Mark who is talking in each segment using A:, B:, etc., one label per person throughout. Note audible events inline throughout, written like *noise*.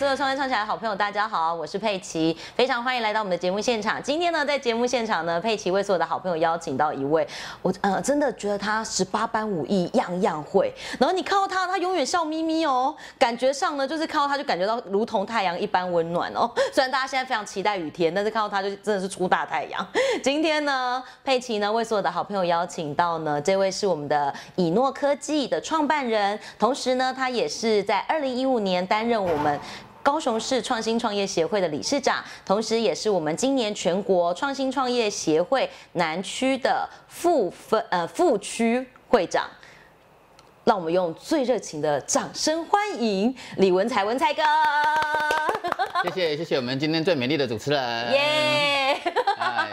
A: 有创业创起来的好朋友，大家好，我是佩奇，非常欢迎来到我们的节目现场。今天呢，在节目现场呢，佩奇为所有的好朋友邀请到一位，我呃真的觉得他十八般武艺样样会，然后你看到他，他永远笑眯眯哦，感觉上呢就是看到他就感觉到如同太阳一般温暖哦。虽然大家现在非常期待雨天，但是看到他就真的是出大太阳。 *laughs* 今天呢，佩奇呢为所有的好朋友邀请到呢，这位是我们的以诺科技的创办人，同时呢，他也是在二零一五年担任我们。高雄市创新创业协会的理事长，同时也是我们今年全国创新创业协会南区的副分呃副区会长。让我们用最热情的掌声欢迎李文才文才哥， *laughs*
B: 谢谢谢谢我们今天最美丽的主持人。
A: 耶、
B: 哎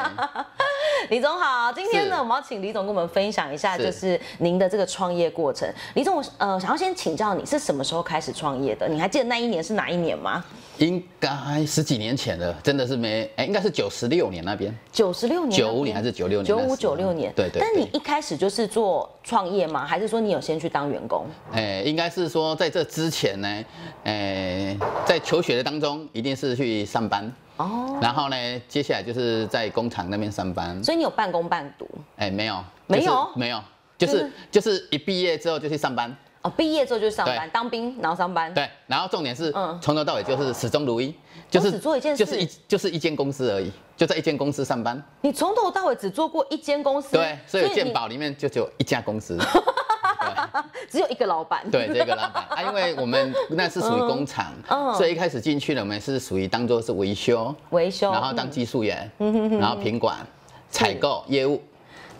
A: 李总好，今天呢，
B: 是
A: 我们要请李总跟我们分享一下，
B: 是
A: 就是您的这个创业过程。李总，我呃想要先请教你是什么时候开始创业的？你还记得那一年是哪一年吗？
B: 应该十几年前的，真的是没，哎，应该是九十六年那边，
A: 九十六年那边，
B: 九五年还是九六年那
A: 九
B: 时候？
A: 五九六年，
B: 对对对。
A: 但你一开始就是做创业吗？还是说你有先去当员工？
B: 哎，应该是说在这之前呢，哎，在求学的当中，一定是去上班，
A: 哦，
B: 然后呢，接下来就是在工厂那边上班。
A: 所以你有半工半读
B: 哎，没有，
A: 没
B: 就是
A: 有
B: 没有，就是就是一毕业之后就去上班，
A: 哦，毕业之后就上班，
B: 对
A: 当兵然后上班。
B: 对，然后重点是
A: 嗯
B: 从头到尾就是始终如一，
A: 都
B: 就是
A: 只做一件
B: 就是
A: 事
B: 一就是一间公司而已，就在一间公司上班。
A: 你从头到尾只做过一间公司，
B: 对，所以
A: 你
B: 健保里面就只有一家
A: *laughs*
B: 公司，
A: 只有一个老板。
B: 对，这个老板啊，因为我们那是属于工厂，
A: 嗯
B: 所以一开始进去呢，我们是属于当做是维修，
A: 维修，嗯
B: 然后当技术员，然后品管、采购、业务，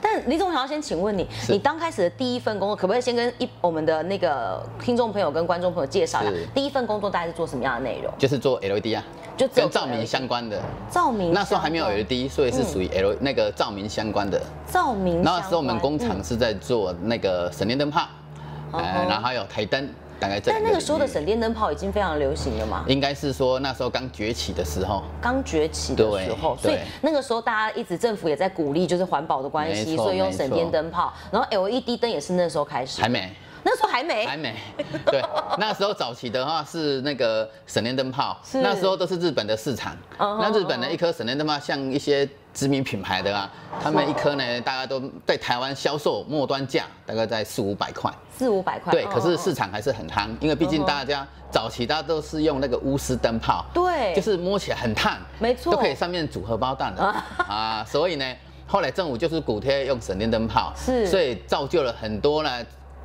A: 但李总，我想要先请问你，你当开始的第一份工作，可不可以先跟一我们的那个听众朋友跟观众朋友介绍一
B: 是
A: 下，第一份工作大概是做什么样的内容？
B: 就是做 LED 啊，
A: 就只有
B: 跟照明相关的。
A: 照明相关，
B: 那时候还没有 LED，所以是属于 L 那个照明相关的。
A: 照明相关，
B: 那时候我们工厂是在做那个省电灯泡，
A: 哦
B: 呃，然后还有台灯，大概这
A: 但
B: 两
A: 那个时候的
B: 领域
A: 省电灯泡已经非常流行了嘛，
B: 应该是说那时候刚崛起的时候，
A: 刚崛起的时候，
B: 对
A: 所以
B: 对
A: 那个时候大家一直政府也在鼓励，就是环保的关系，
B: 没错
A: 所以用省电灯泡，然后 LED 灯也是那时候开始
B: 还，没。
A: 那时候还没
B: 还没， *laughs* 对，那时候早期的话是那个省电灯泡，
A: 是
B: 那时候都是日本的市场。
A: 嗯哼
B: 那日本的一颗省电灯泡，像一些知名品牌的啊，他们一颗呢，大概都在台湾销售末端价大概在四五百块。
A: 四五百块，
B: 对，
A: 嗯
B: 可是
A: 嗯
B: 市场还是很夯，因为毕
A: 哦
B: 竟大家早期大家都是用那个钨丝灯泡，
A: 对，
B: 就是摸起来很烫，
A: 没错
B: 都可以上面煮荷包蛋的
A: *laughs*
B: 啊。所以呢，后来政府就是补贴用省电灯泡，
A: 是
B: 所以造就了很多呢。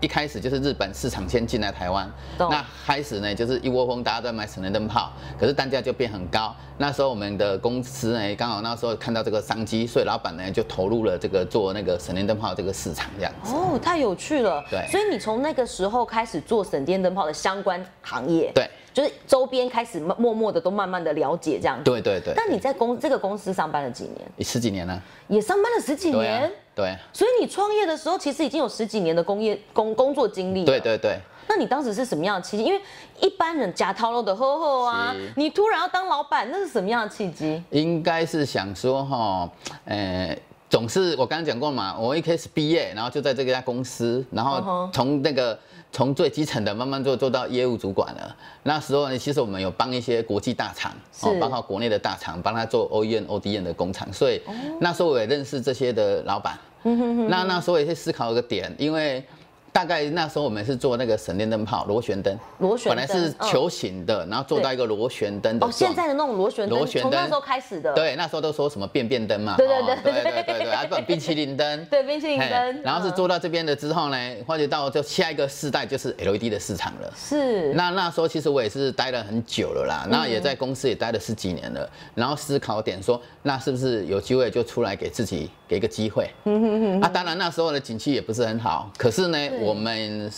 B: 一开始就是日本市场先进来台湾，
A: 懂
B: 那开始呢就是一窝蜂大家都在买省电灯泡，可是单价就变很高。那时候我们的公司呢，刚好那时候看到这个商机，所以老板呢就投入了这个做那个省电灯泡这个市场这样子。
A: 哦，太有趣了。
B: 对
A: 所以你从那个时候开始做省电灯泡的相关行业，，
B: 对，
A: 就是周边开始默默的都慢慢的了解这样子。。
B: 对对对。
A: 但你在公这个公司上班了几年？
B: 十几年了，
A: 也上班了十几
B: 对啊
A: 年。，
B: 对啊，
A: 所以你创业的时候，其实已经有十几年的工业工工作经历。
B: 对。对对。
A: 那你当时是什么样的契机？因为一般人假掏肉的呵呵啊
B: 是，
A: 你突然要当老板，那是什么样的契机？
B: 应该是想说哈，呃，总是我刚刚讲过嘛，我一开始毕业，然后就在这家公司，
A: 嗯
B: 然后
A: 哼
B: 从那个从最基层的慢慢做做到业务主管了。那时候呢，其实我们有帮一些国际大厂，哦
A: 是
B: 包括国内的大厂，帮他做 E OEM、ODM 的工厂，所以
A: 哦
B: 那时候我也认识这些的老板。
A: 嗯
B: 那那时候也是思考一个点，因为。大概那时候我们是做那个省电灯泡螺旋灯，
A: 螺旋
B: 本来
A: 灯
B: 是
A: 嗯
B: 球形的，然后做到一个螺旋灯的
A: 哦，
B: 状
A: 现在的那种螺旋灯，
B: 螺旋
A: 从那
B: 灯
A: 时候开始的。。
B: 对，那时候都说什么便便灯嘛，
A: 对对
B: 哦
A: 对
B: 对对对对，啊，不冰淇淋灯，
A: 对 *laughs* 冰淇淋
B: 嘿
A: 灯
B: 然后是
A: 嗯
B: 做到这边的之后呢，发觉到就下一个世代就是 LED 的市场了。
A: 是。嗯
B: 那那时候其实我也是待了很久了啦，那也在公司也待了十几年了，然后思考点说，那是不是有机会就出来给自己给一个机会？
A: 嗯
B: 啊，当然那时候的景气也不是很好，可是呢，我们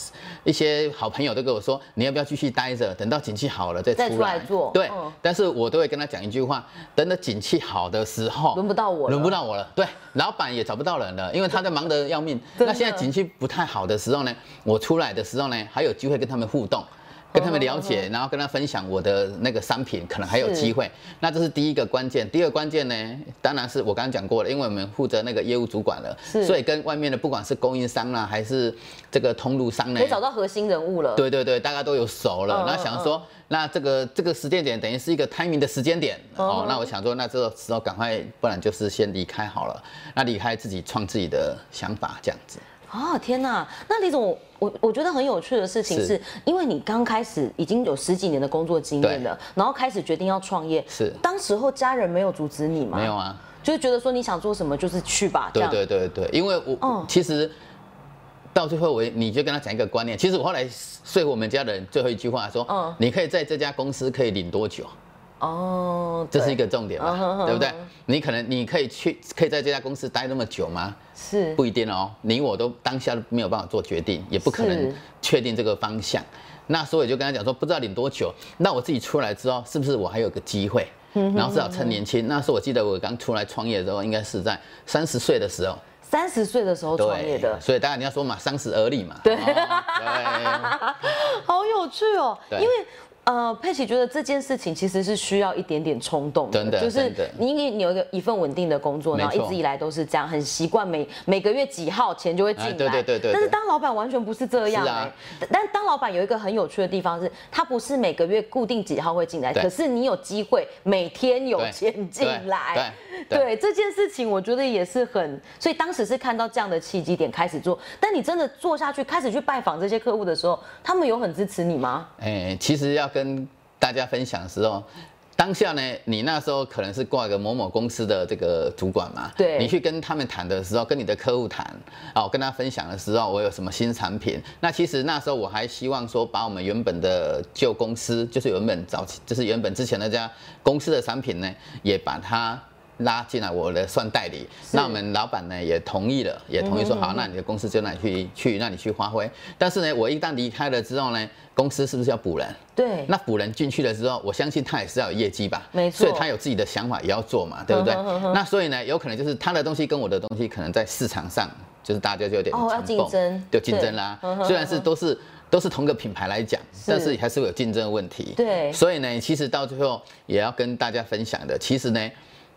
B: 一些好朋友都跟我说，你要不要继续待着，等到景气好了再
A: 再出
B: 出
A: 来
B: 来
A: 做
B: 对
A: 嗯，
B: 但是我都会跟他讲一句话，等到景气好的时候，
A: 轮不到我了
B: 轮不到我了。对，老板也找不到人了，因为他在忙得要命。
A: 真的
B: 那现在景气不太好的时候呢，我出来的时候呢，还有机会跟他们互动。跟他们了
A: 哦
B: 解，然后跟他分享我的那个商品，可能还有机会。那这是第一个关键，第二个关键呢，当然是我刚刚讲过了，因为我们负责那个业务主管了，
A: 是
B: 所以跟外面的不管是供应商啦、还是这个通路商呢
A: 可以，找到核心人物了。，
B: 对对对，大家都有熟了。
A: 嗯
B: 那想说，那这个这个时间点等于是一个 timing 的时间点哦。那我想说，那这个时候赶快，不然就是先离开好了。那离开自己创自己的想法这样子。
A: 哦，天哪！那李总，我我觉得很有趣的事情是，
B: 是
A: 因为你刚开始已经有十几年的工作经验了，然后开始决定要创业，
B: 是
A: 当时候家人没有阻止你吗？
B: 没有，啊，
A: 就是觉得说你想做什么就是去吧，这
B: 对
A: 样。
B: 对对对，因为我、
A: 嗯
B: 其实到最后我你就跟他讲一个观念，其实我后来说服我们家人最后一句话说，
A: 嗯
B: 你可以在这家公司可以领多久，啊
A: 哦，
B: 这是一
A: 个
B: 个重点
A: 嗯哼
B: 嘛，
A: 哼
B: 对不对
A: 哼？
B: 你可能你可以去可以在这家公司待那么久吗？
A: 是
B: 不一定哦，你我都当下都没有办法做决定，也不可能
A: 是
B: 确定这个方向。那所以我就跟他讲说，不知道领多久，那我自己出来之后，是不是我还有个机会？
A: 嗯
B: 然后至少趁年轻，那时候我记得我刚出来创业的时候，应该是在三十岁的时候，
A: 三十岁的时候
B: 对
A: 创业的，
B: 所以当然你要说嘛，三十而立嘛，对、对，
A: 好有趣哦。
B: 对
A: 因为呃，佩奇觉得这件事情其实是需要一点点冲动
B: 真的
A: 就是
B: 真的
A: 你你你有一个一份稳定的工作，
B: 没
A: 然
B: 错
A: 后一直以来都是这样，很习惯每每个月几号钱就会进来。
B: 哎对对对对对
A: 但是当老板完全不是这样
B: 是
A: 哎、
B: 啊
A: 但但当老板有一个很有趣的地方是，他不是每个月固定几号会进来，
B: 对
A: 可是你有机会每天有
B: 对
A: 钱进
B: 对
A: 来。
B: 对对
A: 对这件事情，我觉得也是很，所以当时是看到这样的契机点开始做。但你真的做下去，开始去拜访这些客户的时候，他们有很支持你吗？
B: 哎、其实要跟大家分享的时候，当下呢，你那时候可能是挂个某某公司的这个主管嘛，
A: 对
B: 你去跟他们谈的时候，跟你的客户谈，啊，我跟他分享的时候，我有什么新产品？那其实那时候我还希望说，把我们原本的旧公司，就是原本早期，就是原本之前那家公司的产品呢，也把它。拉进来我的算代理，那我们老板呢也同意了，也同意说好，那你的公司就让你去去让你去发挥。但是呢，我一旦离开了之后呢，公司是不是要补人？
A: 对，
B: 那补人进去了之后，我相信他也是要有业绩吧，
A: 没错嗯
B: 所以他有自己的想法也要做嘛，对不对？那所以呢，有可能就是他的东西跟我的东西，可能在市场上就是大家就有点
A: 哦要
B: 重
A: 竞
B: 逢
A: 争
B: 就竞争啦
A: 对嗯哼。
B: 虽然是都是都是同个品牌来讲，但是还是会有竞争的问题。
A: 对
B: 所以呢，其实到最后也要跟大家分享的，其实呢，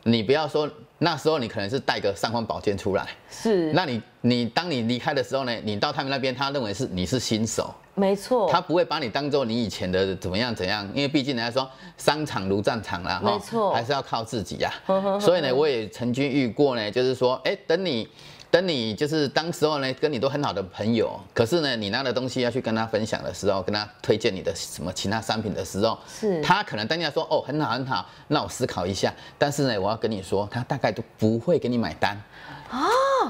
B: 你不要说那时候你可能是带个尚方宝剑出来，
A: 是，
B: 那你你当你离开的时候呢，你到他们那边，他认为是你是新手。
A: 没错，
B: 他不会把你当做你以前的怎么样怎样，因为毕竟人家说商场如战场啦，
A: 没
B: 齁
A: 错
B: 还是要靠自
A: *laughs*
B: 己呀、所以呢，我也曾经遇过呢，就是说，哎、等你。等你就是当时候呢，跟你都很好的朋友，可是呢，你拿的东西要去跟他分享的时候，跟他推荐你的什么其他商品的时候，
A: 是
B: 他可能当下说哦很好很好，那我思考一下，但是呢，我要跟你说，他大概都不会给你买单，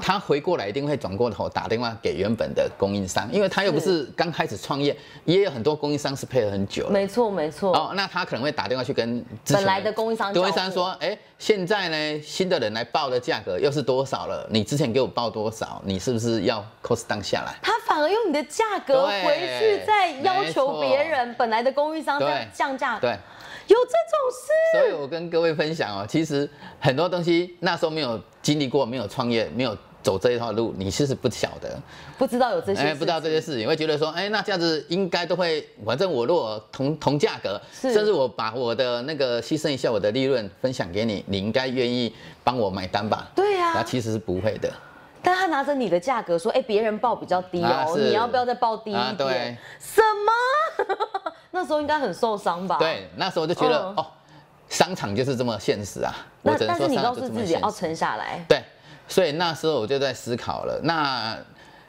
B: 他回过来一定会转过头打电话给原本的供应商，因为他又不是刚开始创业，也有很多供应商是配合很久的。
A: 没错，没错，
B: 哦，那他可能会打电话去跟之前
A: 本来的供应商
B: 供应商
A: 交
B: 说，哎、现在呢新的人来报的价格又是多少了？你之前给我报多少？你是不是要 cost down 下来？
A: 他反而用你的价格
B: 对
A: 回去再要求别
B: 没
A: 人，本来的供应商这样
B: 对
A: 降价，
B: 对，
A: 有这种事？
B: 所以我跟各位分享哦，其实很多东西那时候没有经历过，没有创业，没有走这一条路，你其实不晓得。
A: 不知道有这些事，
B: 哎、不知道这些事情，会觉得说，哎、那这样子应该都会，反正我如果同同价格，
A: 是
B: 甚至我把我的那个牺牲一下我的利润分享给你，你应该愿意帮我买单吧？
A: 对啊呀、
B: 那其实是不会的，
A: 但他拿着你的价格说，哎、别人报比较低哦、
B: 啊是
A: 你要不要再报低一点？
B: 啊对
A: 什么？ *laughs* 那时候应该很受伤吧？。
B: 对，那时候就觉得、
A: 啊嗯
B: 哦，商场就是这么现实啊，
A: 那
B: 我只能
A: 但是
B: 说
A: 你
B: 商
A: 告
B: 场
A: 诉
B: 就这
A: 自
B: 么
A: 己啊
B: 现
A: 要
B: 实，
A: 沉下来，
B: 对，所以那时候我就在思考了，那。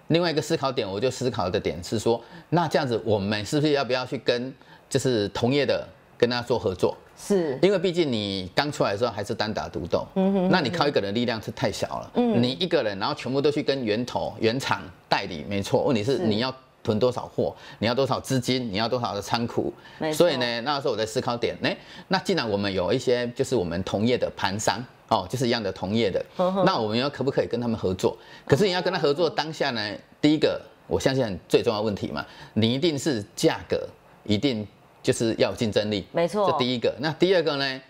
B: 另外一个思考点，我就思考的点是说，那这样子我们是不是要不要去跟就是同业的跟他做合作？
A: 是嗯
B: 因为毕竟你刚出来的时候还是单打独斗，那你靠一个人的力量是太小了，你一个人，然后全部都去跟源头、原厂代理，没错，问题是
A: 是
B: 你要囤多少货，你要多少资金，你要多少的仓库
A: 没，错
B: 所以呢，那时候我在思考点，哎，那既然我们有一些就是我们同业的盘商。哦，就是一样的同业的，
A: 嗯
B: 那我们要可不可以跟他们合作？可是你要跟他合作，当下呢，第一个我相信很最重要的问题嘛，你一定是价格，一定就是要有竞争力，
A: 没错
B: 这第一个。那第二个呢？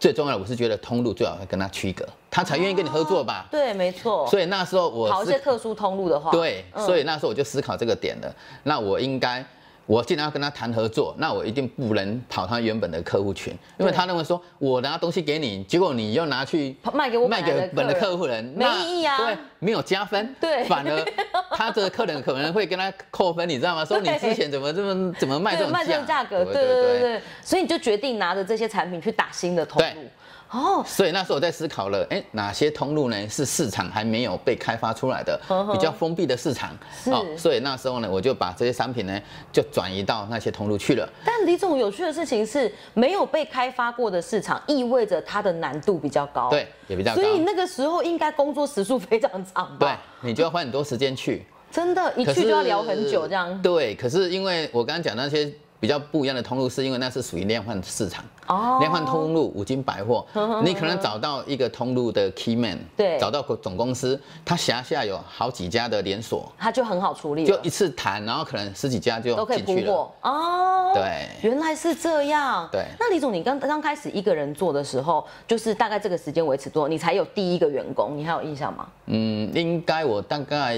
B: 最重要的，我是觉得通路最好要跟他区隔，他才愿意跟你合作吧。
A: 对，没错。
B: 所以那时候
A: 啊跑
B: 我
A: 一些嗯
B: 是
A: 特殊通路的话，
B: 对，所
A: 以
B: 以那时候我就思考这个点了。那我应该我既然要跟他谈合作，那我一定不能跑他原本的客户群，因为
A: 对
B: 他认为说我拿东西给你，结果你又拿去
A: 卖给我
B: 卖
A: 本来
B: 给
A: 的
B: 本的
A: 客人
B: 客户人，
A: 没
B: 那
A: 意义啊
B: 对，没有加分，
A: *laughs* 对
B: 反而他的客人可能会跟他扣分，你知道吗？说你
A: 对
B: 之前怎么这么怎么卖这
A: 对，
B: 种
A: 卖这种价格，对对对对，所以你就决定拿着这些产品去打新的通路
B: 对。
A: 哦，
B: 所以那时候我在思考了，哎、哪些通路呢是市场还没有被开发出来的
A: 呵呵，
B: 比较封闭的市场？
A: 嗯
B: 哦
A: 是
B: 所以那时候呢，我就把这些商品呢就转移到那些通路去了。
A: 但李总有趣的事情是，没有被开发过的市场，意味着它的难度比较高。
B: 对也比较高
A: 所以那个时候应该工作时数非常长
B: 对
A: 吧？，
B: 你就要花很多时间去，
A: 真的，一 *laughs*
B: 可
A: 去
B: 是
A: 就要聊很久这样。
B: 对，可是因为我刚刚讲那些比较不一样的通路，是因为那是属于量贩市场。
A: 哦
B: 量贩通路、五金百货
A: 呵呵，
B: 你可能找到一个通路的 key man，
A: 对
B: 找到总公司，它辖下有好几家的连锁，
A: 它就很好处理
B: 就
A: 了，
B: 一次谈，然后可能十几家就
A: 都可以
B: 进
A: 铺
B: 去了。
A: 货哦。
B: 对
A: 原来是这样。
B: 对
A: 那李总，你刚刚开始一个人做的时候，就是大概这个时间维持做，你才有第一个员工，你还有印象吗？
B: 嗯，应该我大概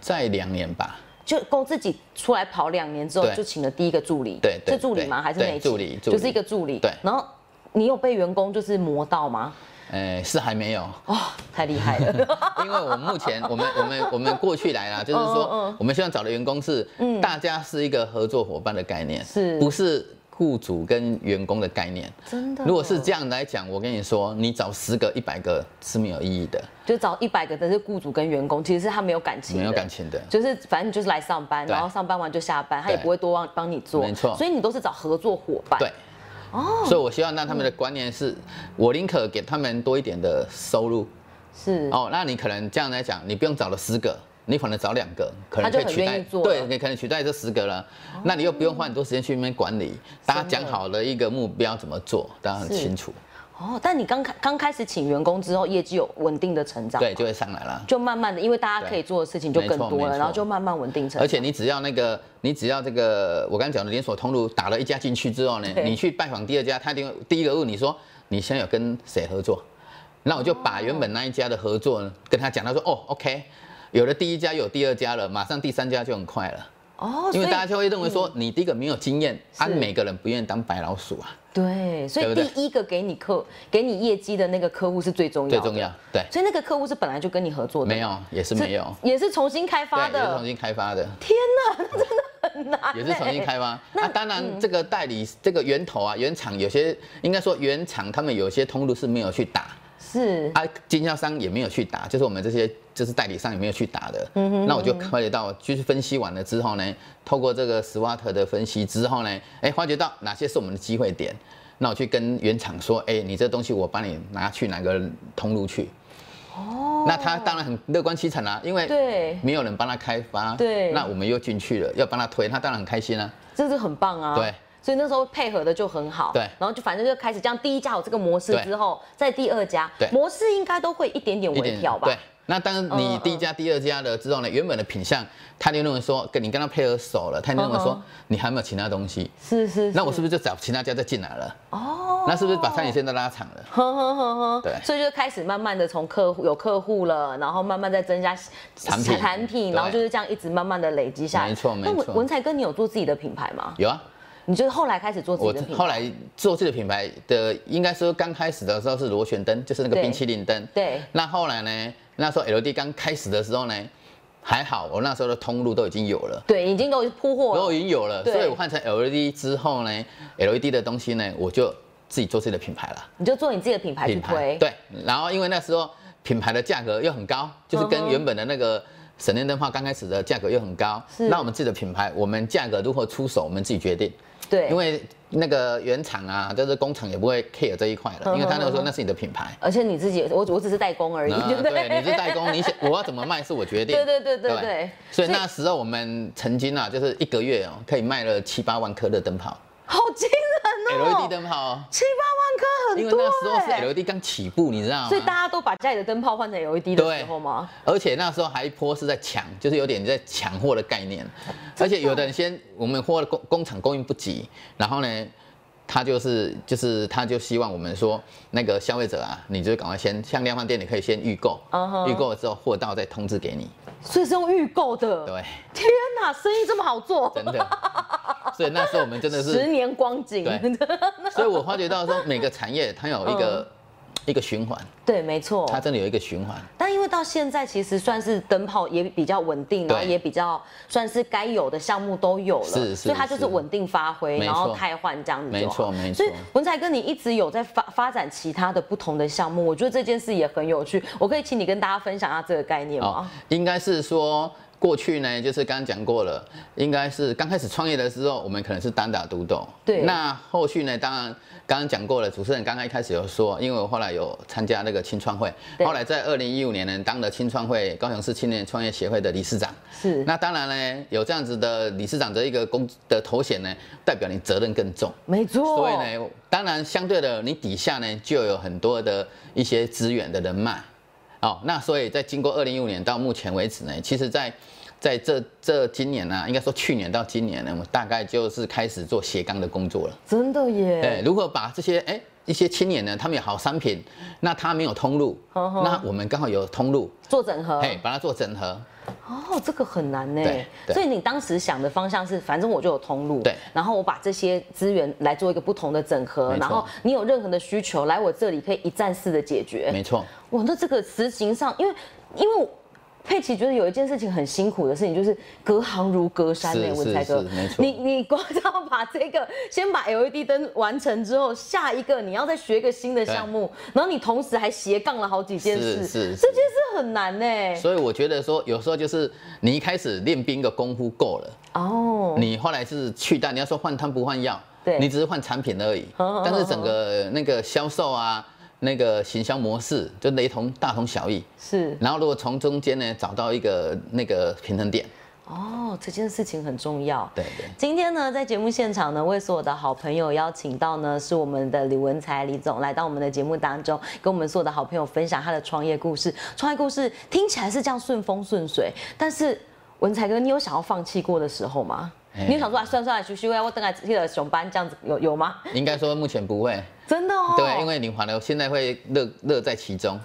B: 在两年吧。
A: 就供自己出来跑两年之后，
B: 对
A: 就请了第一个助理，
B: 对对
A: 是助理吗？
B: 对
A: 还是
B: 对
A: 内勤
B: 助理助理
A: 就是一个助理。
B: 对
A: 然后你有被员工就是磨到吗？
B: 呃，是还没有，
A: 哦，太厉害
B: *laughs*
A: 了！
B: 因为我
A: *laughs*
B: 目前我们我们我们过去来啦，就是
A: 嗯嗯
B: 说我们希望找的员工是，大家是一个合作伙伴的概念，
A: 是
B: 不是雇主跟员工的概念？
A: 真的
B: 如果是这样来讲，我跟你说，你找十个、一百个是没有意义的，
A: 就找一百个，但是雇主跟员工其实是他没有感情，
B: 没有感。情的。
A: 就是反正你就是来上班，
B: 对
A: 然后上班完就下班，他也
B: 对
A: 不会多帮帮你做，
B: 没错
A: 所以你都是找合作伙伴，
B: 对，哦，所以我希望让他们的观念是，我宁可给他们多一点的收入，
A: 是
B: 哦，那你可能这样来讲，你不用找了十个，你可能找两个，可
A: 他
B: 能
A: 就
B: 可
A: 很
B: 以取代
A: 愿意做，了哦
B: 对，你可能取代这十个了。那你又不用花很多时间去那边管理，大家讲好了一个目标怎么做，大家很
A: 是
B: 清楚，
A: 哦。但你刚开刚开始请员工之后，业绩有稳定的成长，
B: 对，，就会上来了。
A: 就慢慢的，因为大家
B: 对
A: 可以做的事情就更
B: 没错
A: 多
B: 没
A: 了，
B: 错
A: 然后就慢慢稳定成长
B: 而且你只要那个，你只要这个，我刚讲的连锁通路打了一家进去之后呢
A: 对，
B: 你去拜访第二家，他一定会第一个问你说，你现在有跟谁合作？那我就把原本那一家的合作呢跟他讲，他说哦，OK，有了第一家，有第二家了，马上第三家就很快了。
A: 哦，
B: *laughs* 因为
A: 所以嗯
B: 大家就会认为说，你第一个没有经验，啊，
A: 是
B: 每个人不愿意当白老鼠啊，
A: 对，所以
B: 对不对
A: 第一个给你客给你业绩的那个客户是最重要
B: 最
A: 的，
B: 重要。对，
A: 所以那个客户是本来就跟你合作的，
B: 没有也是
A: 是
B: 没有，
A: 也是重新开发
B: 对，也是重
A: 的，
B: 新开发的，
A: *laughs* 很难
B: 也是重新
A: 欸
B: 开发。那当
A: 嗯
B: 然，这个代理这个源头啊，原厂有些应该说原厂他们有些通路是没有去打，
A: 是
B: 啊，经销商也没有去打，就是我们这些就是代理商也没有去打的。
A: 嗯
B: 那我就了解到，就是分析完了之后呢，透过这个 SWOT 的分析之后呢，哎，发觉到哪些是我们的机会点，那我去跟原厂说，哎，你这东西我帮你拿去哪个通路去。哦，那他当然很乐观其成啦、因为
A: 对
B: 没有人帮他开发，
A: 对
B: 那我们又进去了，要帮他推，他当然很开心啊。
A: 这是很棒啊。
B: 对。
A: 所以那时候配合的就很好，
B: 对
A: 然后就反正就开始这样，第一家有这个模式
B: 对
A: 之后，在第二家
B: 对
A: 模式应该都会一点点
B: 一
A: 微
B: 点
A: 调吧，
B: 对，那当然
A: 嗯
B: 你
A: 嗯
B: 第一家、第二家了之后呢，原本的品相，他就认为说，跟你跟他配合熟了，他就认为
A: 嗯
B: 说，你还有没有其他东西？
A: 是是
B: 那我是不是就找其他家再进来了？
A: 哦
B: 那是不是把餐饮线都拉长了？
A: 哼哼哼哼，
B: 对
A: 所以就开始慢慢的从客户有客户了，然后慢慢再增加
B: 产品
A: 产品，
B: 对
A: 然后就是这样一直慢慢的累积下来。
B: 没错没错
A: 那文文才哥，你有做自己的品牌吗？
B: 有啊，
A: 你就是后来开始做自己
B: 我
A: 的品牌？
B: 后来做这个品牌的，应该说刚开始的时候是螺旋灯，就是那个
A: 对
B: 冰淇淋灯。
A: 对
B: 那后来呢？那时候 LED 刚开始的时候呢，还好，我那时候的通路都已经有了。
A: 对，已经都铺货
B: 都
A: 了。
B: 已经有了，
A: 哦对
B: 所以我换成 LED 之后呢，LED 的东西呢，我就自己做自己的品牌了。
A: 你就做你自己的品牌去
B: 品牌
A: 推。，
B: 对，然后因为那时候品牌的价格又很高，就是
A: 嗯
B: 跟
A: 哼
B: 原本的那个省电灯泡刚开始的价格又很高。
A: 是
B: 那我们自己的品牌，我们价格如何出手，我们自己决定。
A: 对，
B: 因为那个原厂啊，就是工厂也不会 care 这一块
A: 嗯
B: 了，因为他那个
A: 嗯嗯
B: 说那是你的品牌。
A: 而且你自己，我我只是代工而已，
B: 嗯
A: 对不对？
B: 对，你是代工，你想我要怎么卖是我决定。
A: 对对对对对
B: 所以那时候我们曾经啊，就是一个月哦，可以卖了七八万颗的灯泡
A: 好惊人哦
B: ，LED 灯泡哦，
A: 七八万颗
B: 因
A: 很
B: 为
A: 多
B: 那时候
A: 哎
B: 是 E LED 刚起步，你知道吗？
A: 所以大家都把家里的灯泡换成 LED 的
B: 对
A: 时候吗？
B: 而且那时候还一波是在抢，就是有点在抢货的概念。而且有的人先我们货的工工厂供应不及，然后呢，他就是就是他就希望我们说那个消费者啊，你就赶快先像量贩店，你可以先预购
A: 嗯哼，
B: 预购了之后货到再通知给你。
A: 所以是用预购的。
B: 对，
A: 天哪，生意这么好做！
B: 真的。所以那时候我们真
A: *laughs*
B: 的
A: 十
B: 是，
A: 年嗯光景，
B: 对所以我发觉到说每个产业它有一个、一个循环，
A: 对，没错。
B: 它真的有一个循环。
A: 但因为到现在其实算是灯泡也比较稳定，然后
B: 对
A: 也比较算是该有的项目都有了，
B: 是是
A: 所以它就是
B: 是
A: 稳定发挥，
B: 没
A: 然
B: 错
A: 后汰换这样子就好
B: 没错没错
A: 所以文才哥，你一直有在发发展其他的不同的项目，我觉得这件事也很有趣。我可以请你跟大家分享一下这个概念
B: 哦
A: 吗？，
B: 应该是说过去呢，就是刚刚讲过了，应该是刚开始创业的时候，我们可能是单打独斗。
A: 对
B: 那后续呢，当然刚刚讲过了，主持人刚刚一开始有说，因为我后来有参加那个青创会，
A: 对
B: 后来在二零一五年呢，当了青创会高雄市青年创业协会的理事长。
A: 是，
B: 那当然呢，有这样子的理事长的一个工的头衔呢，代表你责任更重。
A: 没错。
B: 所以呢，当然相对的，你底下呢就有很多的一些资源的人脉，哦，那所以在经过二零一五年到目前为止呢，其实在在这这今年呢、应该说去年到今年呢，我们大概就是开始做斜杠的工作了。
A: 真的耶，
B: 对，如果把这些哎一些青年呢，他们有好商品，那他没有通路，
A: 呵呵
B: 那我们刚好有通路，
A: 做整合，
B: 哎，把它做整合，
A: 哦，这个很难呢
B: 对。对
A: 所以你当时想的方向是，反正我就有通路，
B: 对
A: 然后我把这些资源来做一个不同的整合，
B: 没错
A: 然后你有任何的需求来我这里可以一站式的解决。
B: 没错。
A: 哇，那这个执行上，因为因为我佩奇觉得有一件事情很辛苦的事情，就是隔行如隔山呢
B: 是，
A: 文才
B: 是
A: 哥
B: 是没，错
A: 你你光是要把这个先把 LED 灯完成之后，下一个你要再学一个新的项目，然后你同时还斜杠了好几件事，
B: 是是是
A: 这件事很难呢。
B: 所以我觉得说，有时候就是你一开始练兵的功夫够了。
A: 哦，
B: 你后来是去但你要说换汤不换药，
A: 对
B: 你只是换产品而已
A: 好好好，
B: 但是整个那个销售啊，那个行销模式就雷同，大同小异。
A: 是。
B: 然后如果从中间呢找到一个那个平衡点，
A: 哦，这件事情很重要。
B: 对对。
A: 今天呢，在节目现场呢，为所有的好朋友邀请到呢，是我们的李文才李总来到我们的节目当中，跟我们所有的好朋友分享他的创业故事。创业故事听起来是这样顺风顺水，但是文才哥，你有想要放弃过的时候吗？
B: 哎
A: 你有想说啊，算了算了，休息我等下去了熊班这样子有有吗？
B: 应该说目前不会，
A: 真的哦，
B: 对，因为你反而现在会乐乐在其中，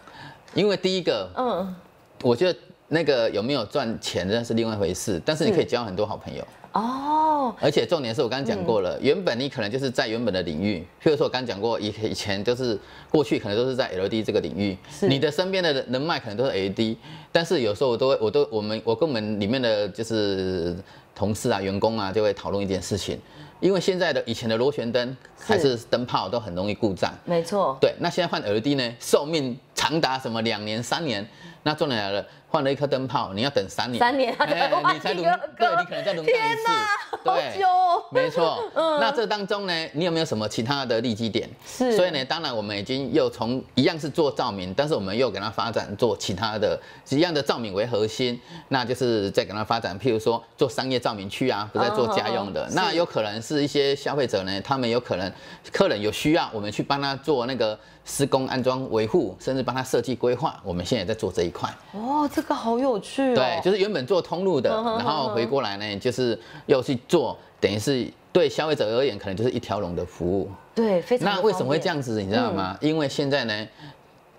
B: 因为第一个，
A: 嗯
B: 我觉得那个有没有赚钱那是另外一回事，但是你
A: 是
B: 可以交很多好朋友。
A: 哦
B: 而且重点是我刚刚讲过了，
A: 嗯
B: 原本你可能就是在原本的领域，譬如说我刚刚讲过，以以前就是过去可能都是在 LED 这个领域，
A: 是
B: 你的身边的人人脉可能都是 LED，但是有时候我都会，我都我们我跟我们里面的就是同事啊、员工啊，就会讨论一件事情，因为现在的以前的螺旋灯还是灯泡都很容易故障，
A: 没错，
B: 对，那现在换 LED 呢，寿命长达什么两年、三年，那重点来了，换了一颗灯泡，你要等三年，
A: 三年
B: 哎
A: 换
B: 你才
A: 第 *laughs*
B: 轮
A: 二，
B: 对
A: 个
B: 你可能再轮到一
A: 天哪
B: 次，
A: 好
B: 对
A: 久哦
B: 没错。那这当中呢，你有没有什么其他的利基点？
A: 是
B: 所以呢，当然我们已经又从一样是做照明，但是我们又给它发展做其他的，一样的照明为核心，那就是再给它发展，譬如说做商业照明区啊，不再做家用的
A: 哦。
B: 那
A: 是
B: 有可能是一些消费者呢，他们有可能客人有需要，我们去帮他做那个施工、安装、维护，甚至帮他设计规划。我们现在也在做这一块。
A: 哦，这个好有趣哦，
B: 对，就是原本做通路的，
A: 嗯哼嗯
B: 然后回过来呢，就是又去做，等于是对消费者而言，可能就是一条龙的服务。
A: 对，非常
B: 那
A: 的
B: 为什么
A: 方
B: 会
A: 便嗯
B: 这样子？你知道吗？因为现在呢，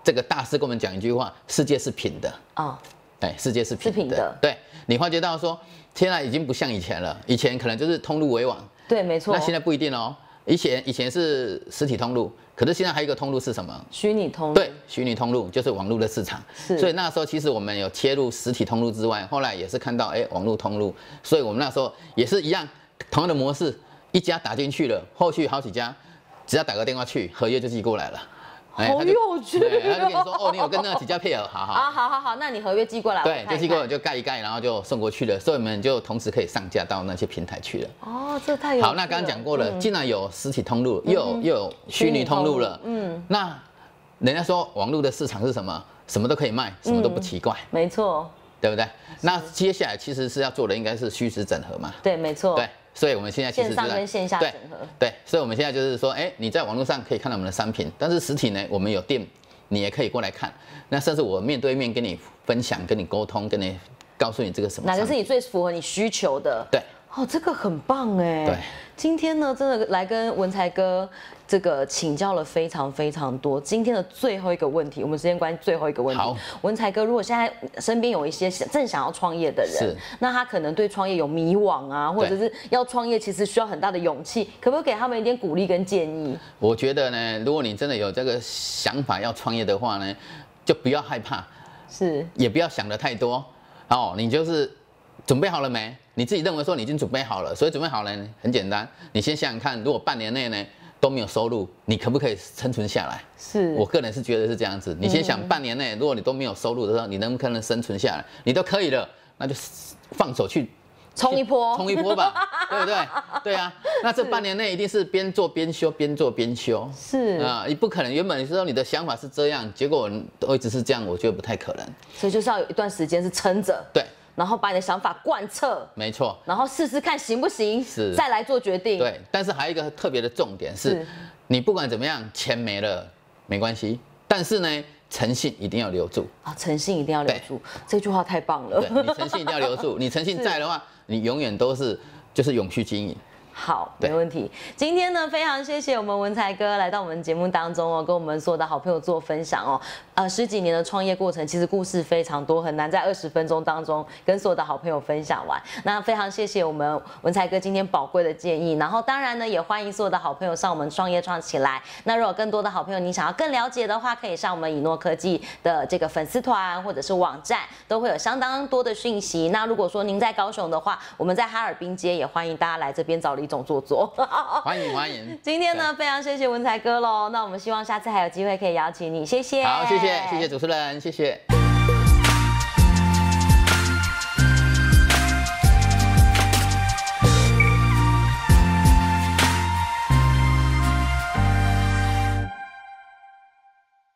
B: 这个大师跟我们讲一句话：世界是平的。
A: 啊？
B: 对，世界是平
A: 是平的
B: 对，你发觉到说，现在已经不像以前了，以前可能就是通路为王，
A: 对，没错。
B: 那现在不一定哦。以前以前是实体通路，可是现在还有一个通路是什么？
A: 虚拟通路
B: 对，虚拟通路就是网络的市场，
A: 是
B: 所以那时候其实我们有切入实体通路之外，后来也是看到哎、网络通路，所以我们那时候也是一样同样的模式，一家打进去了，后续好几家，只要打个电话去，合约就寄过来了，哎
A: 好
B: 他就
A: 有趣哦
B: 对他就跟你说哦，你有跟那几家配合，好好。
A: 啊，好好好，那你合约寄过来，我
B: 对，
A: 看
B: 就
A: 一
B: 寄过来
A: 看
B: 就盖一盖，然后就送过去了，所以我们就同时可以上架到那些平台去了。
A: 哦，这太有趣了
B: 好，那刚刚讲过
A: 嗯
B: 了，既然有实体通路，又有又有虚拟通路了，嗯，那人家说网络的市场是什么？什么都可以
A: 嗯
B: 卖，什么都不奇怪，
A: 没错，
B: 对不对？那接下来其实是要做的应该是虚实整合嘛，
A: 对，没错，
B: 对，，所以我们现在其
A: 哦
B: 实
A: 线上
B: 就在
A: 跟线下整
B: 对
A: 合
B: 对，所以我们现在就是说，哎，你在网络上可以看到我们的商品，但是实体呢，我们有店，你也可以过来看，那甚至我面对面跟你分享、跟你沟通、跟你告诉你这个什么
A: 哪
B: 商品，
A: 个是你最符合你需求的？
B: 对。
A: 哦，这个很棒哎！
B: 对，
A: 今天呢，真的来跟文才哥这个请教了非常非常多。今天的最后一个问题，我们时间关系，最后一个问题
B: 好，
A: 文才哥，如果现在身边有一些想正想要创业的人
B: 是，
A: 那他可能对创业有迷惘啊，或者
B: 对
A: 是要创业其实需要很大的勇气，可不可以给他们一点鼓励跟建议？
B: 我觉得呢，如果你真的有这个想法要创业的话呢，就不要害怕，
A: 是
B: 也不要想的太多哦。你就是准备好了没？你自己认为说你已经准备好了，所以准备好了很简单，你先想想看，如果半年内呢都没有收入，你可不可以生存下来？
A: 是，
B: 我个人是觉得是这样子。你先想半年内，如果你都没有收入的时候，你能不能生存下来？你都可以了，那就放手去
A: 冲一波，
B: 冲一波吧，对不对？对啊，那这半年内一定是边做边修，边做边修。
A: 是
B: 啊，你不可能原本你说你的想法是这样，结果你都一直是这样，我觉得不太可能。
A: 所以就是要有一段时间是撑着，
B: 对，
A: 然后把你的想法贯彻，
B: 没错，
A: 然后试试看行不行，
B: 是
A: 再来做决定。，
B: 对。但是还有一个特别的重点是，
A: 是
B: 你不管怎么样，钱没了没关系，但是呢，诚信一定要留住。
A: 啊，诚信一定要留
B: 对
A: 住，这句话太棒
B: 对
A: 了。
B: 你诚信一定要留住，你诚信在的话，你永远都是就是永续经营。
A: *laughs* 好，
B: 对
A: 没问题。今天呢，非常谢谢我们文才哥来到我们节目当中哦，跟我们所有的好朋友做分享哦。呃，十几年的创业过程，其实故事非常多，很难在二十分钟当中跟所有的好朋友分享完。那非常谢谢我们文才哥今天宝贵的建议，然后当然呢，也欢迎所有的好朋友上我们创业创起来。那如果更多的好朋友你想要更了解的话，可以上我们以诺科技的这个粉丝团或者是网站，都会有相当多的讯息。那如果说您在高雄的话，我们在哈尔滨街也欢迎大家来这边找李总坐坐。
B: 欢迎欢迎。
A: *laughs* 今天呢，非哦常谢谢文才哥喽。那我们希望下次还有机会可以邀请你，谢谢。
B: 好，谢谢谢谢。主持人，谢谢。